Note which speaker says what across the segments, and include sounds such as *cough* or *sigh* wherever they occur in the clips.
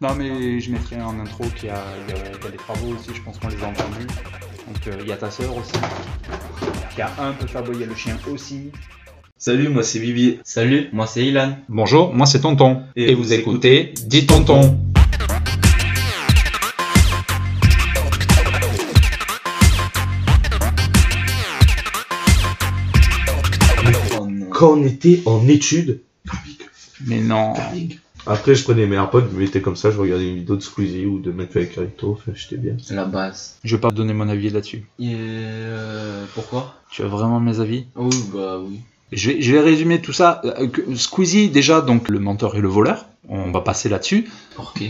Speaker 1: Non, mais je mettrai en intro qu'il y, a il y a- il y a des travaux aussi, je pense qu'on les a entendus. Donc euh, il y a ta sœur aussi, qui a un peu faboyé le chien aussi.
Speaker 2: Salut, moi c'est Bibi.
Speaker 3: Salut, moi c'est Ilan.
Speaker 4: Bonjour, moi c'est Tonton.
Speaker 2: Et
Speaker 4: Et, vous écoutez Dis Tonton.
Speaker 5: Quand on était en études,
Speaker 1: Mais non.
Speaker 5: après je prenais mes AirPods, je me mettais comme ça, je regardais une vidéo de Squeezie ou de Michael Carito, enfin j'étais bien.
Speaker 3: La base.
Speaker 1: Je vais pas donner mon avis là-dessus.
Speaker 3: Et euh, pourquoi
Speaker 1: Tu as vraiment mes avis
Speaker 3: Ah Oui, bah oui.
Speaker 1: je vais, je vais résumer tout ça. Euh, que- Squeezie, déjà, donc le menteur et le voleur, on va passer là-dessus.
Speaker 3: Ok.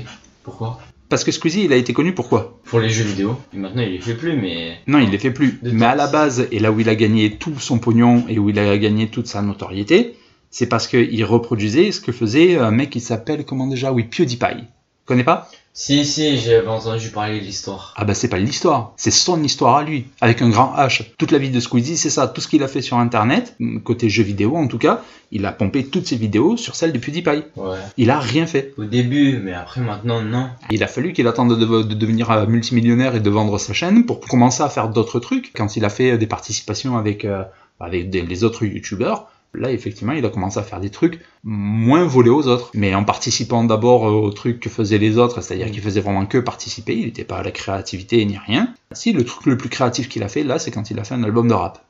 Speaker 3: Pourquoi
Speaker 1: Parce que Squeezie, il a été connu pour quoi
Speaker 3: Pour les jeux vidéo. Et maintenant il les fait plus, mais.
Speaker 1: Non, il les fait plus.
Speaker 3: Des
Speaker 1: Mais à
Speaker 3: taxes.
Speaker 1: la base, et là où il a gagné tout son pognon et où il a gagné toute sa notoriété, c'est parce qu'il reproduisait ce que faisait un mec qui s'appelle, comment déjà Oui, PewDiePie. Connais pas
Speaker 3: Si, si, j'avais entendu parler de l'histoire.
Speaker 1: Ah bah c'est pas l'histoire, c'est son histoire à lui, avec un grand H. Toute la vie de Squeezie, c'est ça, tout ce qu'il a fait sur Internet, côté jeux vidéo en tout cas, il a pompé toutes ses vidéos sur celle de PewDiePie.
Speaker 3: Ouais.
Speaker 1: Il a rien fait.
Speaker 3: Au début, mais après maintenant, non.
Speaker 1: Il a fallu qu'il attende de, de devenir euh, multimillionnaire et de vendre sa chaîne pour commencer à faire d'autres trucs. Quand il a fait euh, des participations avec, euh, avec des- les autres youtubeurs, là effectivement il a commencé à faire des trucs moins volés aux autres. Mais en participant d'abord euh, aux trucs que faisaient les autres, c'est-à-dire qu'il faisait vraiment que participer, il n'était pas à la créativité ni rien. Si le truc le plus créatif qu'il a fait là, c'est quand il a fait un album de rap,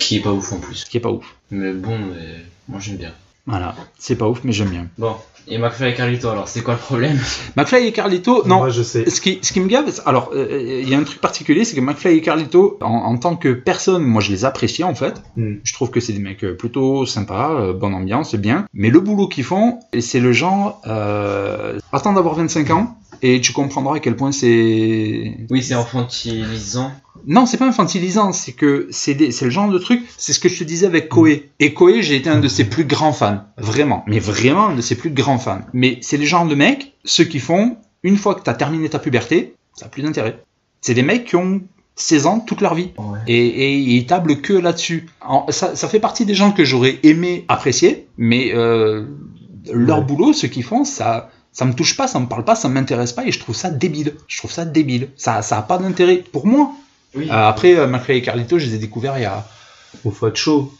Speaker 3: Qui est pas ouf en plus.
Speaker 1: ce qui est pas ouf.
Speaker 3: Mais bon, mais... moi j'aime bien.
Speaker 1: Voilà, c'est pas ouf mais j'aime bien.
Speaker 3: Bon, et McFly et Carlito, alors c'est quoi le problème *laughs*
Speaker 1: McFly et Carlito, non,
Speaker 5: Moi je sais.
Speaker 1: Ce qui, ce qui me gave, c'est- alors euh, euh, il y a un truc particulier, c'est que McFly et Carlito, en, en tant que personne, moi je les appréciais en fait.
Speaker 5: Mm.
Speaker 1: Je trouve que c'est des mecs euh, plutôt sympas, euh, bonne ambiance, bien. Mais le boulot qu'ils font, et c'est le genre, euh, attends d'avoir 25 ans et tu comprendras à quel point c'est.
Speaker 3: Oui, c'est enfantilisant.
Speaker 1: Non, c'est pas infantilisant, c'est que c'est des- c'est le genre de truc, c'est ce que je te disais avec Koé. Et Koé, j'ai été un de ses plus grands fans. Vraiment. Mais vraiment, un de ses plus grands fans. Mais c'est le genre de mecs, ceux qui font, une fois que t'as terminé ta puberté, ça a plus d'intérêt. C'est des mecs qui ont 16 ans toute leur vie.
Speaker 3: Ouais.
Speaker 1: Et, et ils tablent que là-dessus. En- Ça, ça fait partie des gens que j'aurais aimé apprécier, mais euh, leur
Speaker 5: Ouais.
Speaker 1: boulot, ce qu'ils font, ça, ça me touche pas, ça me parle pas, ça m'intéresse pas, et je trouve ça débile. Je trouve ça débile. Ça, ça a pas d'intérêt pour moi.
Speaker 3: Oui.
Speaker 1: Euh, après, euh, McFly et Carlito, je les ai découverts il y a
Speaker 5: Au fat show,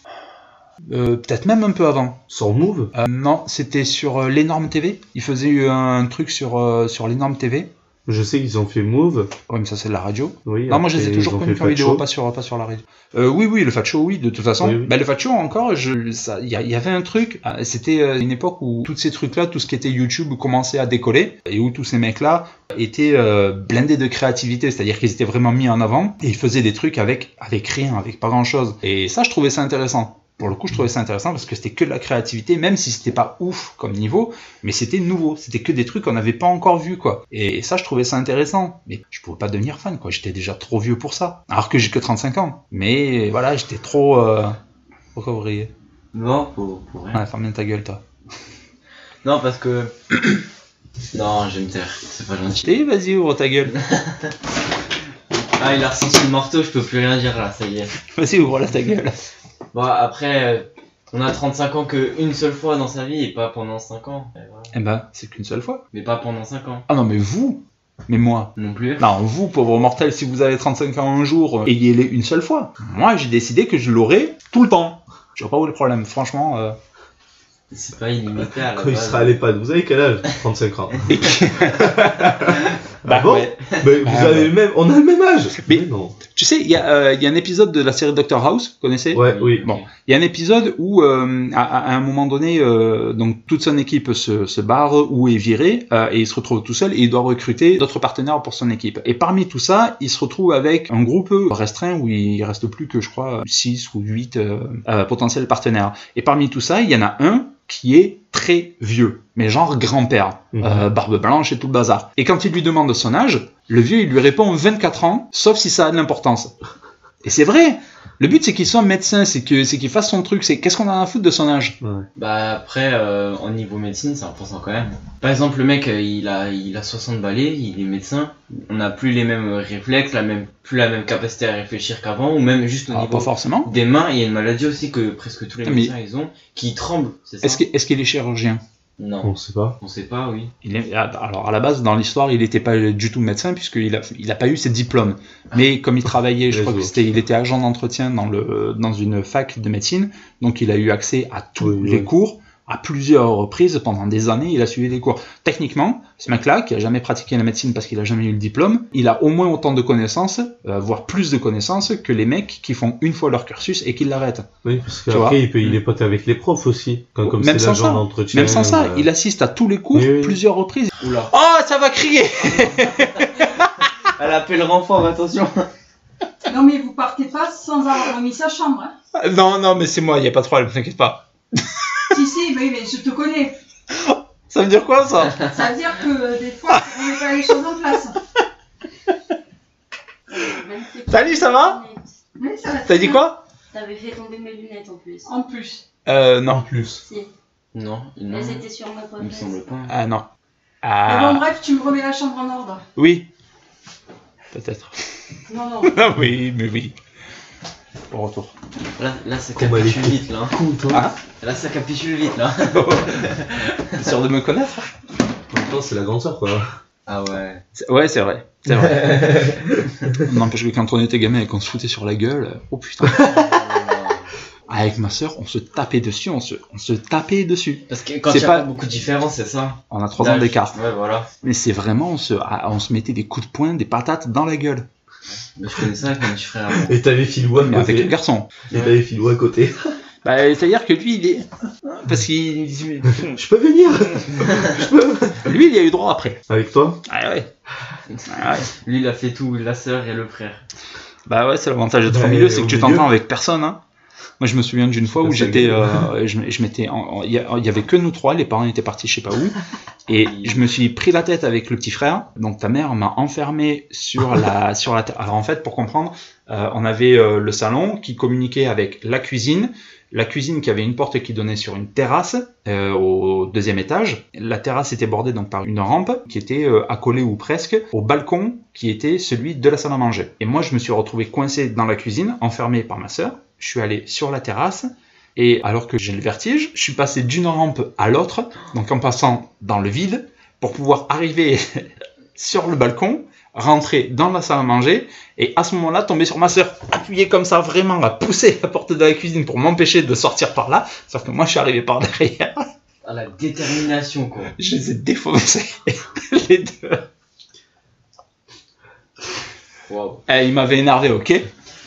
Speaker 1: euh, peut-être même un peu avant.
Speaker 5: sans move,
Speaker 1: Euh, non, c'était sur euh, l'énorme TV. Ils faisaient un truc sur, euh, sur l'énorme TV.
Speaker 5: je sais qu'ils ont fait move.
Speaker 1: Ouais, mais ça c'est de la radio.
Speaker 5: Oui,
Speaker 1: non, moi je les ai
Speaker 5: après, ils
Speaker 1: toujours
Speaker 5: ont
Speaker 1: connus
Speaker 5: fait
Speaker 1: en
Speaker 5: Fat
Speaker 1: vidéo,
Speaker 5: Show.
Speaker 1: pas sur, pas sur la radio. Euh, oui, oui, le Fat Show, oui, de toute façon.
Speaker 5: Oui, oui.
Speaker 1: Bah, le Fat Show, encore, je- ça- il y, a- il y avait un truc. euh, C'était euh, une époque où tous ces trucs-là, tout ce qui était YouTube commençait à décoller et où tous ces mecs-là étaient euh, blindés de créativité, c'est-à-dire qu'ils étaient vraiment mis en avant et ils faisaient des trucs avec, avec rien, avec pas grand-chose. Et ça, je trouvais ça intéressant. Pour le coup, je trouvais ça intéressant parce que c'était que de la créativité, même si c'était pas ouf comme niveau, mais c'était nouveau. C'était que des trucs qu'on n'avait pas encore vu, quoi. Et ça, je trouvais ça intéressant. Mais je pouvais pas devenir fan, quoi. J'étais déjà trop vieux pour ça. Alors que j'ai que 35 ans. Mais voilà, j'étais trop. euh, Pourquoi vous riez
Speaker 3: Bon, pour, pour rien.
Speaker 1: Ah, ferme bien ta gueule, toi.
Speaker 3: Non, parce que. *coughs* non, je vais me taire, c'est pas gentil.
Speaker 1: Eh, vas-y, ouvre ta gueule. *laughs*
Speaker 3: Ah, il a ressenti le morceau, je peux plus rien dire là, ça y est.
Speaker 1: Vas-y, ouvre-la ta gueule.
Speaker 3: Bon, après, euh, on a 35 ans que une seule fois dans sa vie et pas pendant 5 ans. Et voilà.
Speaker 1: Eh ben, c'est qu'une seule fois.
Speaker 3: Mais pas pendant 5 ans
Speaker 1: Ah non, mais vous Mais moi
Speaker 3: non plus.
Speaker 1: Non, vous, pauvres mortels, si vous avez 35 ans un jour, euh, ayez-les une seule fois. Moi, j'ai décidé que je l'aurai tout le temps. Je vois pas où est le problème, franchement. euh. *laughs*
Speaker 3: C'est pas illimité à la
Speaker 5: Quand il
Speaker 3: base.
Speaker 5: sera à l'EHPAD, vous avez quel âge
Speaker 1: *laughs*
Speaker 5: 35 ans.
Speaker 1: Et qui- bah
Speaker 5: bon
Speaker 1: ouais.
Speaker 5: Mais vous
Speaker 1: Bah,
Speaker 5: avez
Speaker 1: ouais.
Speaker 5: le même, on a le même âge.
Speaker 1: Mais-
Speaker 5: non.
Speaker 1: Tu sais, il y, a, euh, il y a un épisode de la série Doctor House, vous connaissez
Speaker 5: Ouais, oui.
Speaker 1: Bon. Il y a un épisode où, euh, à, à- à un moment donné, euh, donc toute son équipe se, se barre ou est virée euh, et il se retrouve tout seul et il doit recruter d'autres partenaires pour son équipe. Et parmi tout ça, il se retrouve avec un groupe restreint où il reste plus que, je crois, 6 ou 8 potentiels partenaires. Et parmi tout ça, il y en a un qui est très vieux, mais genre grand-père,
Speaker 5: Mhm.
Speaker 1: euh, barbe blanche et tout le bazar. Et quand il lui demande son âge, le vieux, il lui répond 24 ans, sauf si ça a de l'importance. Et c'est vrai le but, c'est qu'il soit médecin, c'est que- c'est qu'il fasse son truc. C'est qu'est-ce qu'on a à foutre de son âge
Speaker 3: Bah après, euh, en niveau médecine, c'est important quand même. Par exemple, le mec, euh, il a, il a 60 balais, il est médecin. On n'a plus les mêmes réflexes, la même, plus la même capacité à réfléchir qu'avant, ou même juste au
Speaker 1: Ah,
Speaker 3: niveau
Speaker 1: Pas forcément.
Speaker 3: des mains. Il y a une maladie aussi que presque tous les
Speaker 1: Mais-
Speaker 3: médecins ils ont, qui tremblent. C'est ça.
Speaker 1: Est-ce que- est-ce qu'il est, chirurgien
Speaker 3: Non.
Speaker 5: On sait pas.
Speaker 3: On sait pas, oui.
Speaker 1: Il est- alors à la base, dans l'histoire, il n'était pas du tout médecin puisqu'il a, il a pas eu ses diplômes. Mais comme il travaillait, je crois que
Speaker 5: Réseau.
Speaker 1: c'était, il était agent d'entretien dans le dans une fac de médecine, donc il a eu accès à tous
Speaker 5: Oui, oui.
Speaker 1: les cours à plusieurs reprises pendant des années. Il a suivi des cours. Techniquement, ce mec-là qui a jamais pratiqué la médecine parce qu'il a jamais eu le diplôme, il a au moins autant de connaissances, euh, voire plus de connaissances que les mecs qui font une fois leur cursus et qui l'arrêtent.
Speaker 5: Oui, parce
Speaker 1: Tu vois
Speaker 5: qu'après, il, peut- il est pote avec les profs aussi. Quand, comme
Speaker 1: Même
Speaker 5: c'est
Speaker 1: sans ça.
Speaker 5: l'agent d'entretien.
Speaker 1: Même sans ça,
Speaker 5: euh,
Speaker 1: il assiste à tous les cours
Speaker 5: Oui, oui.
Speaker 1: plusieurs reprises.
Speaker 3: Oula.
Speaker 1: Oh, ça va crier.
Speaker 3: Elle appelle renfort, attention.
Speaker 6: Non, mais vous partez pas sans avoir remis sa chambre. Hein.
Speaker 1: Non, non, mais c'est moi, il n'y a pas de problème, t'inquiète pas.
Speaker 6: si, si, mais, mais je te connais.
Speaker 1: Ça veut dire quoi ça
Speaker 6: Ça veut dire que euh, des fois, on met pas les choses en place.
Speaker 1: Salut, ça va
Speaker 6: Mais ça va
Speaker 1: T'as dit quoi
Speaker 7: T'avais fait tomber mes lunettes en plus.
Speaker 6: En plus.
Speaker 1: Euh, non.
Speaker 7: Si.
Speaker 3: Non, non.
Speaker 7: Elles étaient sur ma
Speaker 3: Il me
Speaker 7: poitrine.
Speaker 3: semble pas.
Speaker 1: Ah non.
Speaker 6: Mais bon,
Speaker 1: Ah,
Speaker 6: bref, tu me remets la chambre en ordre.
Speaker 1: oui. Peut-être. *laughs*
Speaker 6: Non, non.
Speaker 1: Ah oui, mais oui. Au retour.
Speaker 3: Là, là, ça
Speaker 5: Comment elle est
Speaker 3: capitule vite, là. Hein
Speaker 1: Ah,
Speaker 3: Là, ça capitule vite, là.
Speaker 1: t'es sûr de me connaître
Speaker 5: En même temps, c'est la grande sœur, quoi.
Speaker 3: Ah *laughs* ouais.
Speaker 1: C'est- Ouais, c'est vrai. C'est vrai. *laughs* N'empêche que quand on était gamin et qu'on se foutait sur la gueule, euh, oh putain. Avec ma soeur, on se tapait dessus, on se, on se tapait dessus.
Speaker 3: Parce que quand
Speaker 1: C'est
Speaker 3: il y a
Speaker 1: pas-
Speaker 3: pas beaucoup de différence, c'est ça.
Speaker 1: On a trois ans
Speaker 3: D'âge.
Speaker 1: d'écart.
Speaker 3: Ouais, voilà.
Speaker 1: Mais c'est vraiment, on se, ah, on se mettait des coups de poing, des patates dans la gueule.
Speaker 3: Mais je connais ça avec mon petit frère. avant.
Speaker 5: Et t'avais Philou à
Speaker 1: Mais avec le
Speaker 5: côté.
Speaker 1: garçon.
Speaker 5: Et t'avais Philou à
Speaker 1: *laughs*
Speaker 5: côté.
Speaker 1: Bah, c'est-à-dire que lui, il est. hein, Parce qu'il.
Speaker 5: Je peux
Speaker 1: *laughs*
Speaker 5: venir
Speaker 1: Lui, il y a eu droit après.
Speaker 5: Avec toi
Speaker 1: Ah ouais. Ah ouais.
Speaker 3: Lui, il a fait tout, la sœur et le frère.
Speaker 1: Bah ouais, c'est l'avantage d'être
Speaker 5: Ouais,
Speaker 1: au milieu, c'est
Speaker 5: au
Speaker 1: que tu
Speaker 5: milieu.
Speaker 1: t'entends avec personne. hein. Moi, je me souviens d'une fois
Speaker 5: Ça,
Speaker 1: où
Speaker 5: ça
Speaker 1: j'étais.
Speaker 5: gueule.
Speaker 1: euh, je, je m'étais. en- en- Il y, a- il y avait que nous trois, les parents étaient partis, je sais pas où. Et je me suis pris la tête avec le petit frère. Donc ta mère m'a enfermé sur la sur la. ta- Alors en fait, pour comprendre, euh, on avait euh, le salon qui communiquait avec la cuisine, la cuisine qui avait une porte qui donnait sur une terrasse euh, au deuxième étage. La terrasse était bordée donc par une rampe qui était euh, accolée ou presque au balcon qui était celui de la salle à manger. Et moi, je me suis retrouvé coincé dans la cuisine, enfermé par ma sœur. Je suis allé sur la terrasse. Et alors que j'ai le vertige, je suis passé d'une rampe à l'autre, donc en passant dans le vide, pour pouvoir arriver *laughs* sur le balcon, rentrer dans la salle à manger, et à ce moment-là tomber sur ma sœur, appuyer comme ça vraiment, la pousser la porte de la cuisine pour m'empêcher de sortir par là, sauf que moi je suis arrivé par derrière,
Speaker 3: Ah, la détermination, quoi.
Speaker 1: je les ai défaussés *laughs* les deux.
Speaker 3: Waouh.
Speaker 1: Eh, il m'avait énervé, ok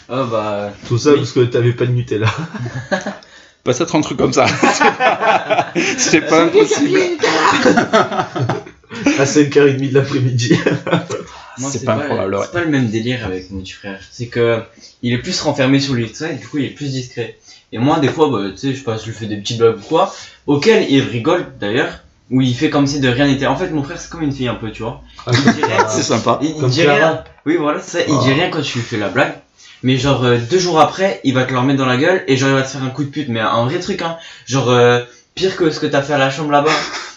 Speaker 3: Ah bah.
Speaker 5: Tout ça
Speaker 1: Oui.
Speaker 5: parce que t'avais pas de Nutella.
Speaker 1: Pas ça être un truc comme ça. *laughs* C'est pas
Speaker 3: Ah,
Speaker 1: impossible.
Speaker 5: À 5h30 de l'après-midi.
Speaker 3: Moi,
Speaker 1: C'est pas improbable, ouais.
Speaker 3: Ah, C'est pas le même délire avec mon petit frère. C'est que il est plus renfermé sur lui, tout ça, et du coup, il est plus discret. Et moi, des fois, bah, tu sais, je passe, je lui fais des petites blagues ou quoi, auxquelles il rigole d'ailleurs, où il fait comme si de rien n'était. En fait, mon frère, c'est comme une fille un peu, tu vois. Il dit
Speaker 5: Ah,
Speaker 3: rien.
Speaker 1: C'est sympa.
Speaker 3: Il, il
Speaker 5: Comme
Speaker 3: dit
Speaker 5: Clara.
Speaker 3: rien. Oui, voilà, c'est ça. Il
Speaker 5: Ah.
Speaker 3: dit rien quand tu lui fais la blague. Mais genre, euh, deux jours après, il va te le remettre dans la gueule et genre, il va te faire un coup de pute. Mais un vrai truc, hein. Genre, euh, pire que ce que t'as fait à la chambre là-bas.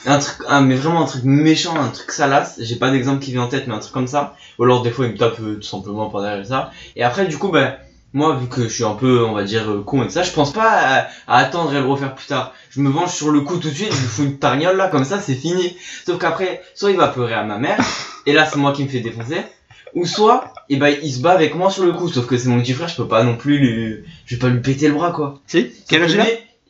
Speaker 3: Un truc, ah, mais vraiment un truc méchant, un truc salace. J'ai pas d'exemple qui vient en tête, mais un truc comme ça. Ou alors, des fois, il me tape euh, tout simplement par derrière ça. Et après, du coup, ben, moi, vu que je suis un peu, on va dire, euh, con et tout ça, je pense pas à, à attendre et le refaire plus tard. Je me venge sur le coup tout de suite, je lui fous une tarniole là, comme ça, c'est fini. Sauf qu'après, soit il va pleurer à ma mère, et là, c'est moi qui me fais défoncer. Ou soit, et ben, il se bat avec moi sur le coup, sauf que c'est mon petit frère, je peux pas non plus lui, je vais pas lui péter le bras, quoi.
Speaker 1: Si Quel
Speaker 3: Sauf
Speaker 1: âge
Speaker 3: que
Speaker 1: il a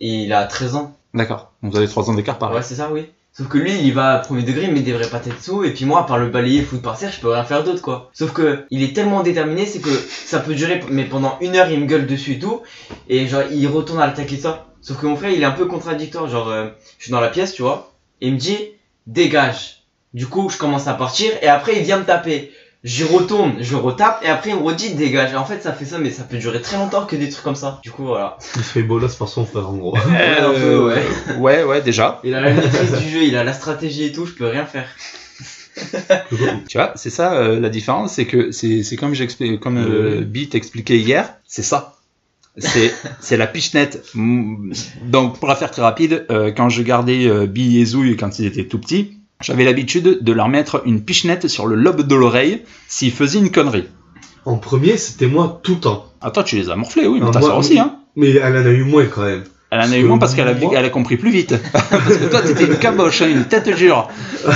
Speaker 3: lui, Il a 13 ans.
Speaker 1: D'accord. Vous avez 3 ans d'écart par
Speaker 3: Ouais, c'est ça, oui. Sauf que lui, il y va à premier degré, il met des vrais pâtés dessous, et puis moi, par le balayer, foutre par terre, je peux rien faire d'autre, quoi. Sauf que, il est tellement déterminé, c'est que ça peut durer, mais pendant une heure, il me gueule dessus et tout, et genre, il retourne à l'attaquer ça. Sauf que mon frère, il est un peu contradictoire, genre, euh, je suis dans la pièce, tu vois, et il me dit, dégage. Du coup, je commence à partir, et après, il vient me taper. J'y retourne, je le retape, et après, il me redit, dégage. Et en fait, ça fait ça, mais ça peut durer très longtemps que des trucs comme ça. Du coup, voilà.
Speaker 5: Il se fait bolos par son frère, en gros.
Speaker 3: Ouais, un peu, ouais.
Speaker 1: Ouais, ouais, déjà.
Speaker 3: Il a la maîtrise du jeu, il a la stratégie et tout, je peux rien faire.
Speaker 1: Tu vois, c'est ça euh, la différence, c'est que c'est c'est comme j'explique, comme euh, Bi t'expliquait hier, c'est ça. C'est c'est la pichenette. Mm. Donc pour la faire très rapide, euh, quand je gardais euh, Bi et Zouille quand ils étaient tout petits, j'avais l'habitude de leur mettre une pichenette sur le lobe de l'oreille s'ils faisaient une connerie.
Speaker 5: En premier, c'était moi tout le temps.
Speaker 1: Ah toi tu les as morflés, oui, mais
Speaker 5: Non,
Speaker 1: ta
Speaker 5: moi,
Speaker 1: soeur
Speaker 5: oui.
Speaker 1: aussi, hein.
Speaker 5: Mais elle en a eu moins quand même.
Speaker 1: Elle en a eu moins parce qu'elle a, elle a compris plus vite. parce que toi, t'étais une caboche, hein, une tête dure.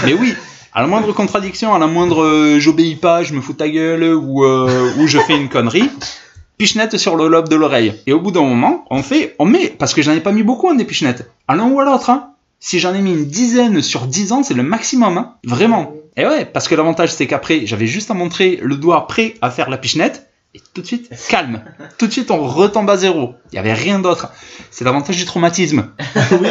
Speaker 1: Mais oui, à la moindre contradiction, à la moindre euh, j'obéis pas, je me fous de ta gueule ou, euh, ou je fais une connerie, pichenette sur le lobe de l'oreille. Et au bout d'un moment, on fait, on met, parce que j'en ai pas mis beaucoup en des pichenettes, à l'un ou à l'autre. Hein. Si j'en ai mis une dizaine sur dix ans, c'est le maximum, hein. vraiment. Et ouais, parce que l'avantage c'est qu'après, j'avais juste à montrer le doigt prêt à faire la pichenette. Et tout de suite, calme. Tout de suite, on retombe à zéro. Il n'y avait rien d'autre. C'est l'avantage du traumatisme. *laughs* Oui.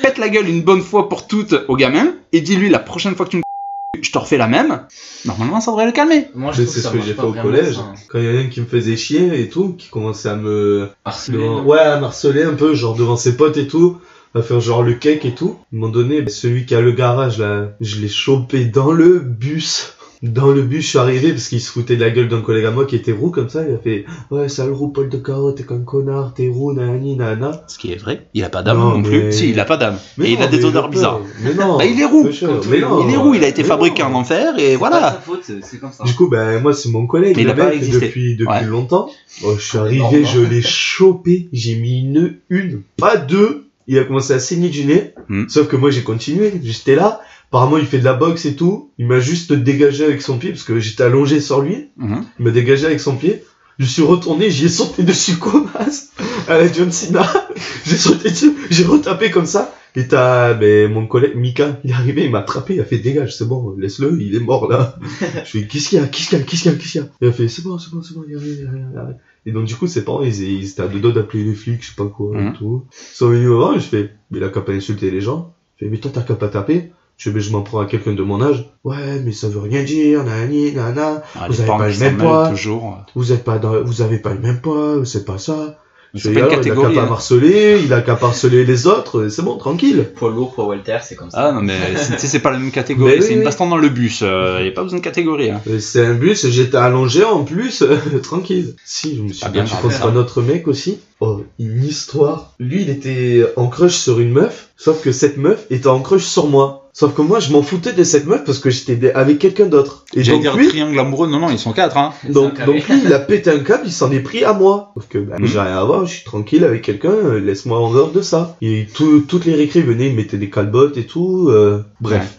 Speaker 1: Pète la gueule une bonne fois pour toutes au gamin et dis-lui la prochaine fois que tu me *laughs* je te refais la même. Normalement, ça devrait le calmer.
Speaker 3: Moi, je
Speaker 5: Mais
Speaker 3: trouve
Speaker 5: c'est
Speaker 3: ça
Speaker 5: ce que
Speaker 3: marche
Speaker 5: j'ai
Speaker 3: pas
Speaker 5: fait au
Speaker 3: vraiment,
Speaker 5: collège.
Speaker 3: ça, hein.
Speaker 5: Quand il y en a un qui me faisait chier et tout, qui commençait à me.
Speaker 3: Harceler,
Speaker 5: devant-
Speaker 3: non
Speaker 5: ouais, à marceler un peu, genre devant ses potes et tout, à faire genre le cake et tout. À un moment donné, bah, celui qui a le garage là, je l'ai chopé dans le bus. Dans le bus, je suis arrivé parce qu'il se foutait de la gueule d'un collègue à moi qui était roux comme ça. Il a fait Ouais, sale roux, Paul de carotte, t'es qu'un connard, t'es roux, nanani, nana.
Speaker 1: Ce qui est vrai. Il a pas d'âme
Speaker 5: Non,
Speaker 1: non, plus.
Speaker 5: mais-
Speaker 1: Si, il a pas d'âme.
Speaker 5: Mais
Speaker 1: et il a
Speaker 5: non,
Speaker 1: des
Speaker 5: mais
Speaker 1: odeurs
Speaker 5: a peur.
Speaker 1: bizarres.
Speaker 5: Mais non.
Speaker 1: Bah, il est roux.
Speaker 5: bien sûr,
Speaker 3: Comme tout
Speaker 5: mais
Speaker 3: le
Speaker 5: non.
Speaker 1: Il est roux, il a été
Speaker 5: Mais
Speaker 1: fabriqué
Speaker 5: non.
Speaker 1: en enfer et
Speaker 3: C'est pas
Speaker 1: voilà.
Speaker 3: sa faute, c'est comme ça.
Speaker 5: Du coup, ben moi, c'est mon collègue,
Speaker 1: Mais il
Speaker 5: le
Speaker 1: a pas
Speaker 5: mec,
Speaker 1: existé.
Speaker 5: depuis, depuis
Speaker 1: Ouais.
Speaker 5: longtemps. Bon, je suis
Speaker 3: Énorme,
Speaker 5: arrivé,
Speaker 3: hein.
Speaker 5: je l'ai chopé, j'ai mis une, une, pas deux. Il a commencé à saigner du nez.
Speaker 1: Hmm.
Speaker 5: Sauf que moi, j'ai continué, j'étais là. Apparemment, il fait de la boxe et tout. Il m'a juste dégagé avec son pied, parce que j'étais allongé sur lui.
Speaker 1: Mhm.
Speaker 5: Il m'a dégagé avec son pied. Je suis retourné, j'y ai sauté dessus comme as, à la John Cena. *laughs* j'ai sauté dessus, j'ai retapé comme ça. Et t'as, ben, mon collègue Mika, il est arrivé, il m'a attrapé, il a fait dégage, c'est bon, laisse-le, il est mort là. Je fais qu'est-ce qu'il y a, qu'est-ce qu'il y a, qu'est-ce qu'il y a, qu'est-ce qu'il y a Il a fait c'est bon, c'est bon, c'est bon, il y a rien, il y a rien, il y a rien. Et donc du coup, ses parents, ils, ils étaient à deux doigts d'appeler les flics, je sais pas quoi,
Speaker 1: Mhm.
Speaker 5: et tout. Ils sont venus me voir, je fais, mais il a qu'à pas insulter les gens. Je fais, mais toi, t'as qu'à pas taper. Je fais, mais je m'en prends à quelqu'un de mon âge. Ouais, mais ça veut rien dire, nanani, nana.
Speaker 1: Ah,
Speaker 5: Vous
Speaker 1: les
Speaker 5: avez
Speaker 1: parents
Speaker 5: pas
Speaker 1: qui
Speaker 5: le
Speaker 1: s'en
Speaker 5: même
Speaker 1: mêlent
Speaker 5: poids.
Speaker 1: toujours.
Speaker 5: Vous êtes pas dans, vous avez pas le même poids, c'est pas ça. Je
Speaker 1: C'est
Speaker 5: fais,
Speaker 1: pas une
Speaker 5: alors,
Speaker 1: catégorie.
Speaker 5: Il a qu'à
Speaker 1: hein.
Speaker 5: pas harceler, il a qu'à pas harceler les autres, c'est bon, tranquille.
Speaker 3: Poids lourd, poids Walter, c'est comme ça.
Speaker 1: Ah non mais c'est tu sais, c'est pas la même catégorie.
Speaker 5: Mais
Speaker 1: C'est
Speaker 5: oui,
Speaker 1: une
Speaker 5: oui.
Speaker 1: baston dans le bus. Il n'y a pas besoin de catégorie. hein.
Speaker 5: Euh, C'est un bus, j'étais allongé en plus, *laughs* euh, tranquille. Si, je me suis
Speaker 1: Ah, bien
Speaker 5: battu
Speaker 1: sûr.
Speaker 5: contre un autre mec aussi. Oh, une histoire. Lui, il était en crush sur une meuf, sauf que cette meuf était en crush sur moi. Sauf que moi, je m'en foutais de cette meuf parce que j'étais dé- avec quelqu'un d'autre. Et
Speaker 1: J'allais
Speaker 5: donc,
Speaker 1: dire
Speaker 5: lui,
Speaker 1: triangle amoureux. Non non ils sont quatre. Hein.
Speaker 3: C'est un
Speaker 5: donc,
Speaker 3: carré.
Speaker 5: donc lui, il a pété un câble, il s'en est pris à moi. Sauf que bah, j'ai rien à voir, je suis tranquille avec quelqu'un, euh, laisse-moi en dehors de ça. Et tout- toutes les récré venaient, ils mettaient des calbottes et tout. euh, bref.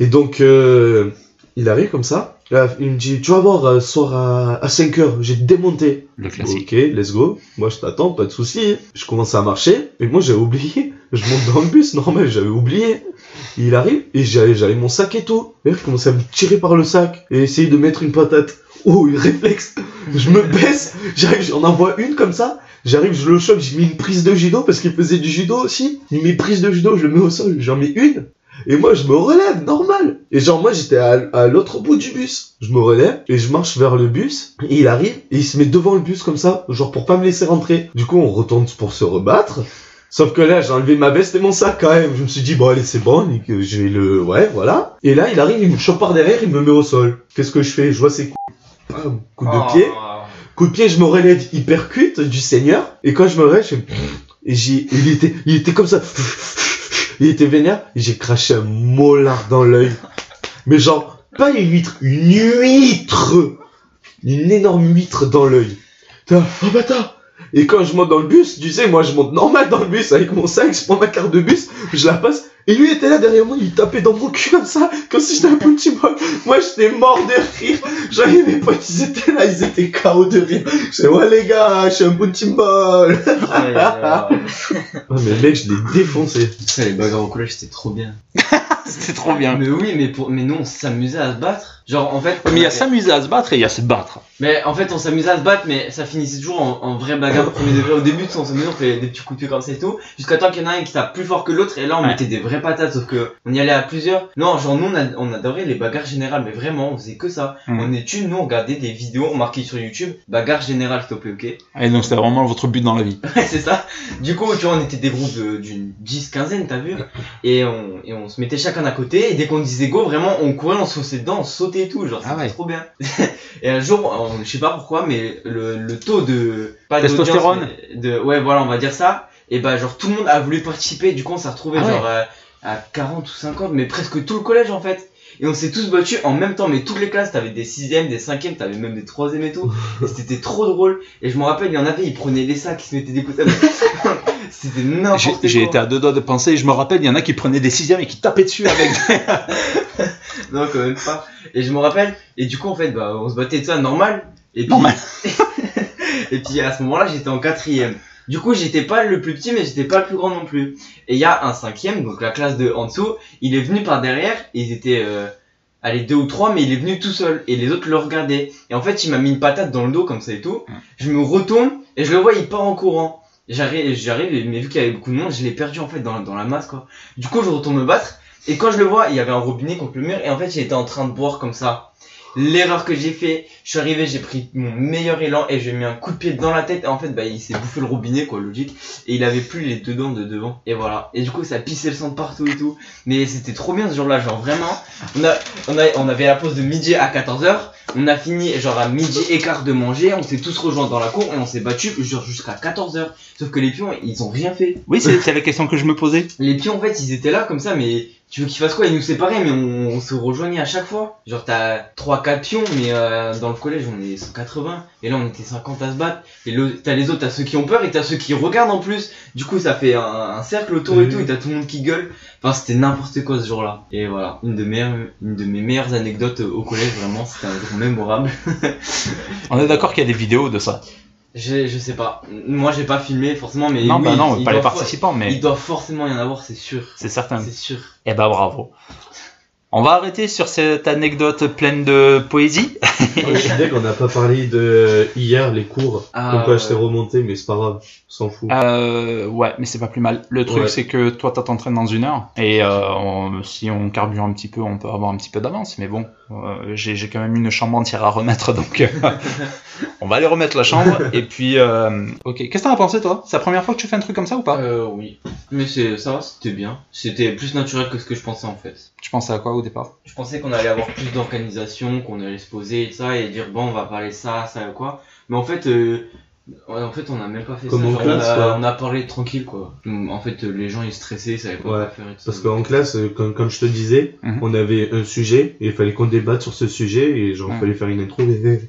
Speaker 5: Et donc, euh, il arrive comme ça. Là, il me dit, tu vas voir, euh, ce soir à, à 5 heures, j'ai démonté.
Speaker 1: Le classique.
Speaker 5: Ok, let's go. Moi, je t'attends, pas de souci. Je commence à marcher, mais moi, j'avais oublié. *laughs* Je monte dans le bus, normal, j'avais oublié. Il arrive, et j'avais, j'avais mon sac et tout. Et je commence à me tirer par le sac et essayer de mettre une patate. Oh, il *laughs* réflexe. Je me baisse, j'arrive, j'en envoie une comme ça. J'arrive, je le choque, j'ai mis une prise de judo parce qu'il faisait du judo aussi. Il met prise de judo, je le mets au sol, j'en mets une. Et moi, je me relève, normal. Et genre, moi, j'étais à, à l'autre bout du bus. Je me relève et je marche vers le bus. Et il arrive et il se met devant le bus comme ça, genre pour pas me laisser rentrer. Du coup, on retourne pour se rebattre. Sauf que là, j'ai enlevé ma veste et mon sac quand même. Je me suis dit, bon, allez, c'est bon, nickel, je vais le. Ouais, voilà. Et là, il arrive, il me chope par derrière, il me met au sol. Qu'est-ce que je fais Je vois ses coups. Bam, coup de
Speaker 3: Oh.
Speaker 5: pied. Coup de pied, je me relève hypercute du seigneur. Et quand je me relève, je fais- Et j'ai... Il était... Il était comme ça. Il était vénère. Et j'ai craché un molar dans l'œil. Mais genre, pas une huître. Une huître Une énorme huître dans l'œil. Putain, Oh bâtard Et quand je monte dans le bus, tu sais, moi je monte normal dans le bus avec mon sac, je prends ma carte de bus, je la passe. Et lui était là derrière moi, il tapait dans mon cul comme ça, comme si j'étais un petit bol. Moi j'étais mort de rire. J'avais mes potes, ils étaient là, ils étaient KO de rire. Je dis, ouais les gars, je suis un petit bol.
Speaker 3: Ah, là, là, là.
Speaker 5: Ah, mais mec, je l'ai
Speaker 1: *laughs*
Speaker 5: défoncé.
Speaker 3: Putain, les bagarres au collège, c'était trop bien.
Speaker 1: C'était trop bien.
Speaker 3: Mais oui, mais, pour... mais nous, on s'amusait à se battre. Genre, en fait.
Speaker 1: Mais il y a
Speaker 3: on avait-
Speaker 1: s'amuser à se battre et il y a se battre.
Speaker 3: Mais en fait, on s'amusait à se battre, mais ça finissait toujours en, en vraie bagarre premier degré. Au début, on s'amusait, on fait des petits coups de pied comme ça et tout. Jusqu'à temps qu'il y en a un qui tape plus fort que l'autre, et là, on
Speaker 1: Ouais.
Speaker 3: mettait des vraies patates, sauf que on y allait à plusieurs. Non, genre, nous, on, a- on adorait les bagarres générales, mais vraiment, on faisait que ça.
Speaker 1: Mhm.
Speaker 3: On est une, nous, on regardait des vidéos, on marquait sur YouTube, bagarre générale, s'il te plaît, ok?
Speaker 1: Et donc c'était vraiment votre but dans la vie.
Speaker 3: *laughs* Ouais, c'est ça. Du coup, tu vois, on était des groupes de- d'une 10, quinzaine, t'as
Speaker 1: *laughs*
Speaker 3: vu et on, et on se mettait chacun à côté. Et dès qu'on disait go, vraiment, on courait, on se faussait dedans, on sautait et tout. Genre,
Speaker 1: Ah
Speaker 3: c'était
Speaker 1: ouais.
Speaker 3: trop bien. *laughs* et un jour, on- je sais pas pourquoi, mais le, le taux de. Pas d'audience,
Speaker 1: Testostérone.
Speaker 3: mais de, Ouais, voilà, on va dire ça. Et bah, genre, tout le monde a voulu participer. Du coup, on s'est retrouvé
Speaker 1: Ah ouais.
Speaker 3: genre euh, à 40 ou 50, mais presque tout le collège en fait. Et on s'est tous battus en même temps, mais toutes les classes, t'avais des sixièmes, des cinquièmes, t'avais même des troisièmes et tout. Et c'était trop drôle. Et je me rappelle, il y en avait, ils prenaient les sacs, ils se mettaient des coups. *laughs* C'était
Speaker 1: J'ai-
Speaker 3: n'importe quoi.
Speaker 1: J'ai été à deux doigts de penser, et je me rappelle, il y en a qui prenaient des sixièmes et qui tapaient dessus avec.
Speaker 3: *laughs* Non, quand même pas. Et je me rappelle, et du coup, en fait, bah, on se battait de ça normal. Et puis,
Speaker 1: Normal.
Speaker 3: et puis à ce moment-là, j'étais en quatrième. Du coup, j'étais pas le plus petit, mais j'étais pas le plus grand non plus. Et il y a un cinquième, donc la classe de en dessous, il est venu par derrière, et ils étaient, euh, allez, deux ou trois, mais il est venu tout seul, et les autres le regardaient. Et en fait, il m'a mis une patate dans le dos, comme ça et tout. Je me retourne, et je le vois, il part en courant. J'arrive, j'arrive, mais vu qu'il y avait beaucoup de monde, je l'ai perdu en fait dans, dans la masse, quoi. Du coup, je retourne me battre, et quand je le vois, il y avait un robinet contre le mur et en fait j'étais en train de boire comme ça. L'erreur que j'ai fait, je suis arrivé, j'ai pris mon meilleur élan et j'ai mis un coup de pied dans la tête et en fait bah il s'est bouffé le robinet quoi logique et il avait plus les deux dents de devant et voilà et du coup ça pissait le sang de partout et tout mais c'était trop bien ce jour-là genre vraiment on a on a on avait la pause de midi à 14h on a fini genre à midi et quart de manger on s'est tous rejoints dans la cour et on s'est battu genre jusqu'à 14h sauf que les pions ils ont rien fait
Speaker 1: Oui, c'est c'est la question que je me posais.
Speaker 3: les pions en fait ils étaient là comme ça mais tu veux qu'ils fassent quoi Ils nous séparaient mais on, on se rejoignait à chaque fois. Genre t'as 3-4 pions mais euh, dans le collège on est 180 et là on était 50 à se battre. Et le- t'as les autres, t'as ceux qui ont peur et t'as ceux qui regardent en plus. Du coup ça fait un, un cercle autour et tout et t'as tout le monde qui gueule. Enfin c'était n'importe quoi ce jour-là. Et voilà, une de, mes, une de mes meilleures anecdotes au collège vraiment c'était un jour mémorable.
Speaker 1: On est d'accord qu'il y a des vidéos de ça.
Speaker 3: je, je sais pas, moi j'ai pas filmé forcément mais...
Speaker 1: non,
Speaker 3: oui,
Speaker 1: bah non,
Speaker 3: il
Speaker 1: pas les
Speaker 3: doit for-
Speaker 1: participants, mais
Speaker 3: Il doit forcément y en avoir c'est sûr.
Speaker 1: c'est certain.
Speaker 3: C'est sûr.
Speaker 1: Eh ben bravo. On va arrêter sur cette anecdote pleine de poésie.
Speaker 5: Je suis deg, on n'a pas parlé de euh, hier les cours.
Speaker 3: Ah,
Speaker 5: Pourquoi je
Speaker 3: ouais.
Speaker 5: t'ai remonté, mais c'est pas grave, on s'en fout.
Speaker 1: Euh, ouais, mais c'est pas plus mal. Le truc,
Speaker 5: Ouais.
Speaker 1: c'est que toi, t'as ton train dans une heure. Et euh, on- si on carbure un petit peu, on peut avoir un petit peu d'avance. Mais bon, euh, j'ai j'ai quand même une chambre entière à remettre. *laughs* Donc, euh, on va aller remettre la chambre. Et puis, euh, ok. Qu'est-ce que t'en as pensé, toi C'est la première fois que tu fais un truc comme ça ou pas
Speaker 3: Euh, oui. Mais c'est ça, va, c'était bien. C'était plus naturel que ce que je pensais en fait.
Speaker 1: Tu pensais à quoi au départ
Speaker 3: Je pensais qu'on allait avoir plus d'organisation, qu'on allait se poser et tout ça et dire bon, on va parler ça, ça ou quoi. Mais en fait, euh, ouais, en fait, on a même pas fait
Speaker 5: Comme
Speaker 3: ça.
Speaker 5: en
Speaker 3: Genre,
Speaker 5: classe,
Speaker 3: on, a,
Speaker 5: quoi.
Speaker 3: on a parlé tranquille quoi. En fait, euh, les gens ils stressaient, ils savaient pas
Speaker 5: Ouais,
Speaker 3: quoi faire et tout
Speaker 5: Parce
Speaker 3: ça.
Speaker 5: qu'en classe, euh, comme, comme je te disais,
Speaker 1: Mhm.
Speaker 5: on avait un sujet et il fallait qu'on débatte sur ce sujet et genre
Speaker 1: Ouais.
Speaker 5: fallait faire une intro. mais-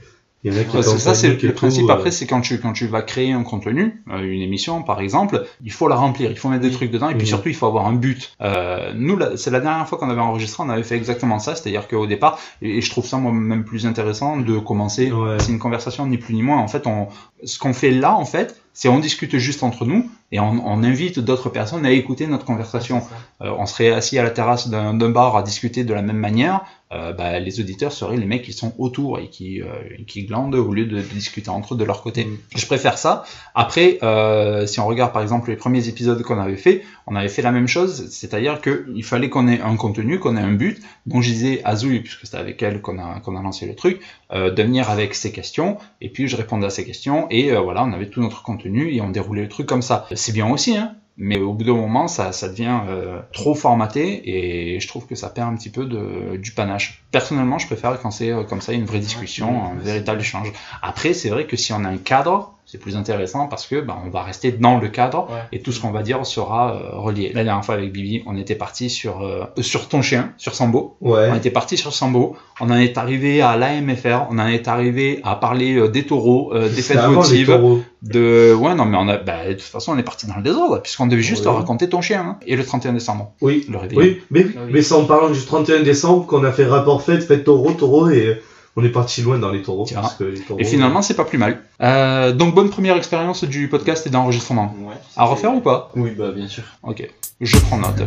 Speaker 5: Il y en a qui
Speaker 1: Ouais,
Speaker 5: étaient en
Speaker 1: c'est ça, c'est
Speaker 5: panique et
Speaker 1: le
Speaker 5: tout,
Speaker 1: principe.
Speaker 5: euh,
Speaker 1: Après, c'est quand tu, quand tu vas créer un contenu, euh, une émission par exemple, il faut la remplir, il faut mettre des trucs dedans, et puis
Speaker 5: Oui.
Speaker 1: surtout, il faut avoir un but. Euh, nous, la- c'est la dernière fois qu'on avait enregistré, on avait fait exactement ça, c'est-à-dire qu'au départ, et, et je trouve ça moi même plus intéressant de commencer.
Speaker 5: Ouais.
Speaker 1: C'est euh, une conversation ni plus ni moins. En fait, on, ce qu'on fait là, en fait, c'est on discute juste entre nous et on, on invite d'autres personnes à écouter notre conversation.
Speaker 3: C'est ça.
Speaker 1: Euh, on serait assis à la terrasse d'un d'un bar à discuter de la même manière, euh, bah, les auditeurs seraient les mecs qui sont autour et qui, euh, qui glandent au lieu de discuter entre eux de leur côté. Je préfère ça. Après, euh, si on regarde par exemple les premiers épisodes qu'on avait fait, on avait fait la même chose, c'est-à-dire qu'il fallait qu'on ait un contenu, qu'on ait un but. Donc je disais à Zoui, puisque c'était avec elle qu'on a, qu'on a lancé le truc, euh, de venir avec ses questions, et puis je répondais à ses questions, et euh, voilà, on avait tout notre contenu et on déroulait le truc comme ça. C'est bien aussi, hein mais au bout d'un moment, ça, ça devient euh, trop formaté et je trouve que ça perd un petit peu de, du panache. Personnellement, je préfère quand c'est euh, comme ça, une vraie discussion, un véritable échange. Après, c'est vrai que si on a un cadre, c'est plus intéressant parce que ben, on va rester dans le cadre
Speaker 3: Ouais.
Speaker 1: et tout ce qu'on va dire sera euh, relié. La dernière fois avec Bibi, on était parti sur, euh, sur ton chien, sur Sambo.
Speaker 5: Ouais.
Speaker 1: On était parti sur Sambo, on en est arrivé à l'AMFR, on en est arrivé à parler euh, des taureaux, euh, des
Speaker 5: C'était
Speaker 1: fêtes
Speaker 5: avant les
Speaker 1: votives,
Speaker 5: taureaux.
Speaker 1: de... Ouais, non, mais on a... bah, de toute façon, on est parti dans le désordre, puisqu'on devait juste
Speaker 5: Ouais.
Speaker 1: te raconter ton chien. hein. Et le 31 décembre,
Speaker 5: Oui.
Speaker 1: le réveil.
Speaker 5: Oui, mais,
Speaker 3: Ah oui.
Speaker 5: mais c'est en parlant du 31 décembre qu'on a fait rapport fête, fête taureau, taureau et euh, on est parti loin dans les taureaux.
Speaker 1: Tiens.
Speaker 5: Parce que les taureaux
Speaker 1: Et finalement, c'est pas plus mal. Euh, donc, bonne première expérience du podcast et d'enregistrement.
Speaker 3: Ouais,
Speaker 1: À refaire ou pas
Speaker 3: Oui, bah bien sûr.
Speaker 1: Ok, je prends note.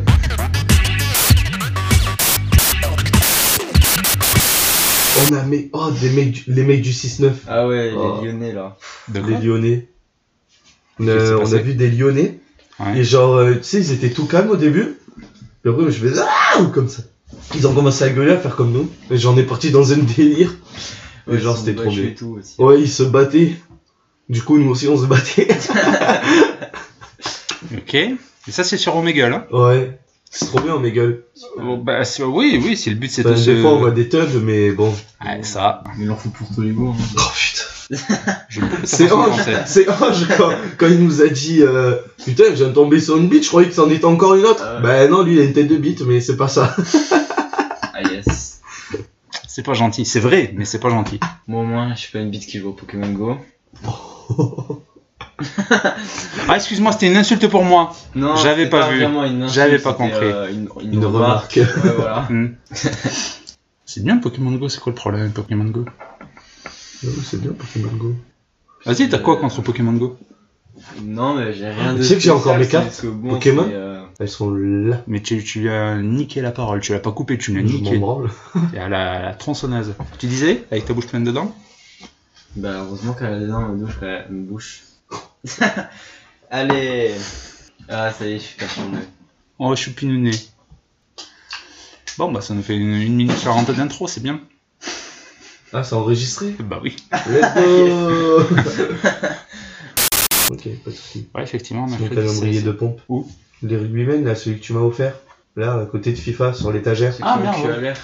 Speaker 5: On a mis, oh, des mecs du- les mecs du 6-9,
Speaker 3: Ah ouais,
Speaker 5: Oh.
Speaker 3: les Lyonnais là.
Speaker 1: De
Speaker 5: les Lyonnais. On a,
Speaker 1: Ah. Qu'est-ce qui s'est
Speaker 5: on
Speaker 1: passé
Speaker 5: a vu des Lyonnais.
Speaker 1: Ouais.
Speaker 5: Et genre, euh, tu sais, ils étaient tout calmes au début. Et après, je faisais ah ou comme ça. Ils ont commencé à gueuler, à faire comme nous. Et j'en ai parti dans un délire. Et
Speaker 3: Ouais,
Speaker 5: genre,
Speaker 3: ils sont
Speaker 5: c'était trop
Speaker 3: battus
Speaker 5: bien.
Speaker 3: et tout aussi.
Speaker 5: Ouais, ils se battaient. Du coup, nous aussi, on se battait. *laughs*
Speaker 1: Ok. Et ça, c'est sur Omegle. hein.
Speaker 5: ouais. C'est trop bien, on gueules.
Speaker 1: Bon, bah, c'est- oui, oui, si le but Bah, c'est
Speaker 5: Enfin,
Speaker 1: de se.
Speaker 5: Des fois, on voit des teubs, mais bon.
Speaker 1: Ouais, ça,
Speaker 3: Il en faut pour tous les goûts. hein.
Speaker 5: Oh putain.
Speaker 1: je peux pas
Speaker 5: C'est Ange, c'est Ange quand, quand il nous a dit euh, Putain, je viens de tomber sur une bite, je croyais que c'en était encore une autre.
Speaker 3: Ah ouais.
Speaker 5: Bah non, lui il a une tête de bite, mais c'est pas ça.
Speaker 3: Ah yes.
Speaker 1: C'est pas gentil, c'est vrai, mais c'est pas gentil.
Speaker 3: Moi au moins, je suis pas une bite qui joue au Pokémon Go.
Speaker 1: Ah, excuse-moi, c'était une insulte pour moi.
Speaker 3: Non,
Speaker 1: J'avais
Speaker 3: c'était
Speaker 1: pas vu.
Speaker 3: vraiment une insulte,
Speaker 1: J'avais pas
Speaker 3: c'était,
Speaker 1: compris.
Speaker 3: euh, une, une
Speaker 5: Une
Speaker 3: remarque.
Speaker 5: remarque.
Speaker 3: Ouais, voilà.
Speaker 1: Hmm. *laughs* c'est bien Pokémon Go, c'est quoi le problème Pokémon Go
Speaker 5: Ouais, C'est bien Pokémon Go.
Speaker 1: Vas-y, t'as quoi contre Pokémon Go
Speaker 3: Non, mais j'ai rien de.
Speaker 5: Tu sais que j'ai
Speaker 3: spécial,
Speaker 5: encore mes
Speaker 3: c'est
Speaker 5: cartes
Speaker 3: parce que bon,
Speaker 5: Pokémon
Speaker 3: c'est, euh,
Speaker 5: Elles sont là.
Speaker 1: Mais tu, tu lui as niqué la parole, tu l'as pas coupé, tu l'as
Speaker 5: Je m'en
Speaker 1: niqué.
Speaker 5: branle.
Speaker 1: Et à la, à la tronçonneuse. Tu disais, avec ta bouche pleine de dents
Speaker 3: Bah, heureusement qu'elle a des dents dans ma bouche. qu'elle a une bouche. *laughs* Allez Ah, ça y est, je suis caché en deux.
Speaker 1: Oh, je suis pinouné. Bon, bah ça nous fait une, une minute quarante d'intro, c'est bien.
Speaker 5: Ah, c'est enregistré
Speaker 1: Bah oui.
Speaker 5: Let's go *laughs* Ok, pas de soucis.
Speaker 1: Ouais, effectivement, on a
Speaker 5: C'est
Speaker 1: fait
Speaker 5: mon calendrier de pompe.
Speaker 1: Où
Speaker 5: Les rugbymen, là, celui que tu m'as offert. Là, à côté de FIFA, sur l'étagère.
Speaker 3: C'est
Speaker 1: Ah,
Speaker 3: quoi
Speaker 1: merde,
Speaker 3: le cul à
Speaker 1: ouais.
Speaker 3: l'air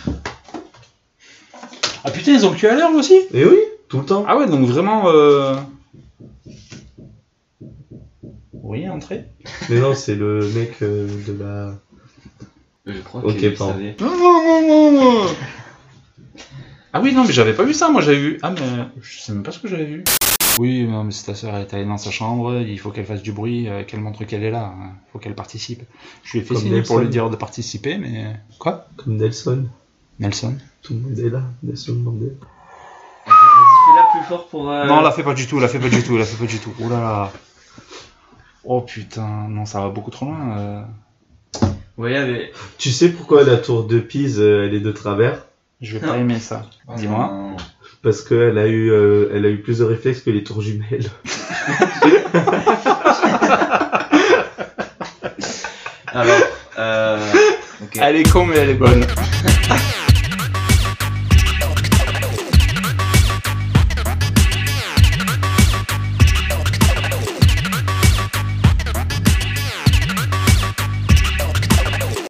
Speaker 1: Ah putain, ils ont le cul à l'heure aussi
Speaker 5: Et Eh oui, tout le temps.
Speaker 1: Ah ouais, donc vraiment. Euh... Oui, entrez.
Speaker 5: Mais non, c'est le mec euh, de la.
Speaker 3: Je crois
Speaker 5: Ok,
Speaker 3: que vous
Speaker 5: pardon.
Speaker 3: savez.
Speaker 1: Ah oui, non, mais j'avais pas vu ça, moi j'avais vu. Ah, mais je sais même pas ce que j'avais vu. Oui, non, mais si ta soeur est allée dans sa chambre, il faut qu'elle fasse du bruit, euh, qu'elle montre qu'elle est là, hein. faut qu'elle participe. Je lui ai fait
Speaker 5: Comme
Speaker 1: signe pour lui
Speaker 5: Nelson.
Speaker 1: dire de participer, mais. Quoi
Speaker 5: Comme Nelson.
Speaker 1: Nelson
Speaker 5: Tout le monde est là. Nelson Mandela.
Speaker 3: Vas-y, fais-la plus fort pour. euh,
Speaker 1: Non, la fait pas du tout, la fait pas du tout, la fait pas du tout. Oh là là. Oh putain, non, ça va beaucoup trop loin. euh.
Speaker 3: Vous voyez, avec-
Speaker 5: Tu sais pourquoi la tour de Pise, euh, elle est de travers
Speaker 1: Je vais pas aimer ça. Dis-moi.
Speaker 3: Non.
Speaker 5: Parce qu'elle a, eu, euh, elle a eu plus de réflexes que les tours jumelles.
Speaker 3: Alors, euh. Ok. euh, *laughs*
Speaker 1: Elle est con, mais elle est bonne.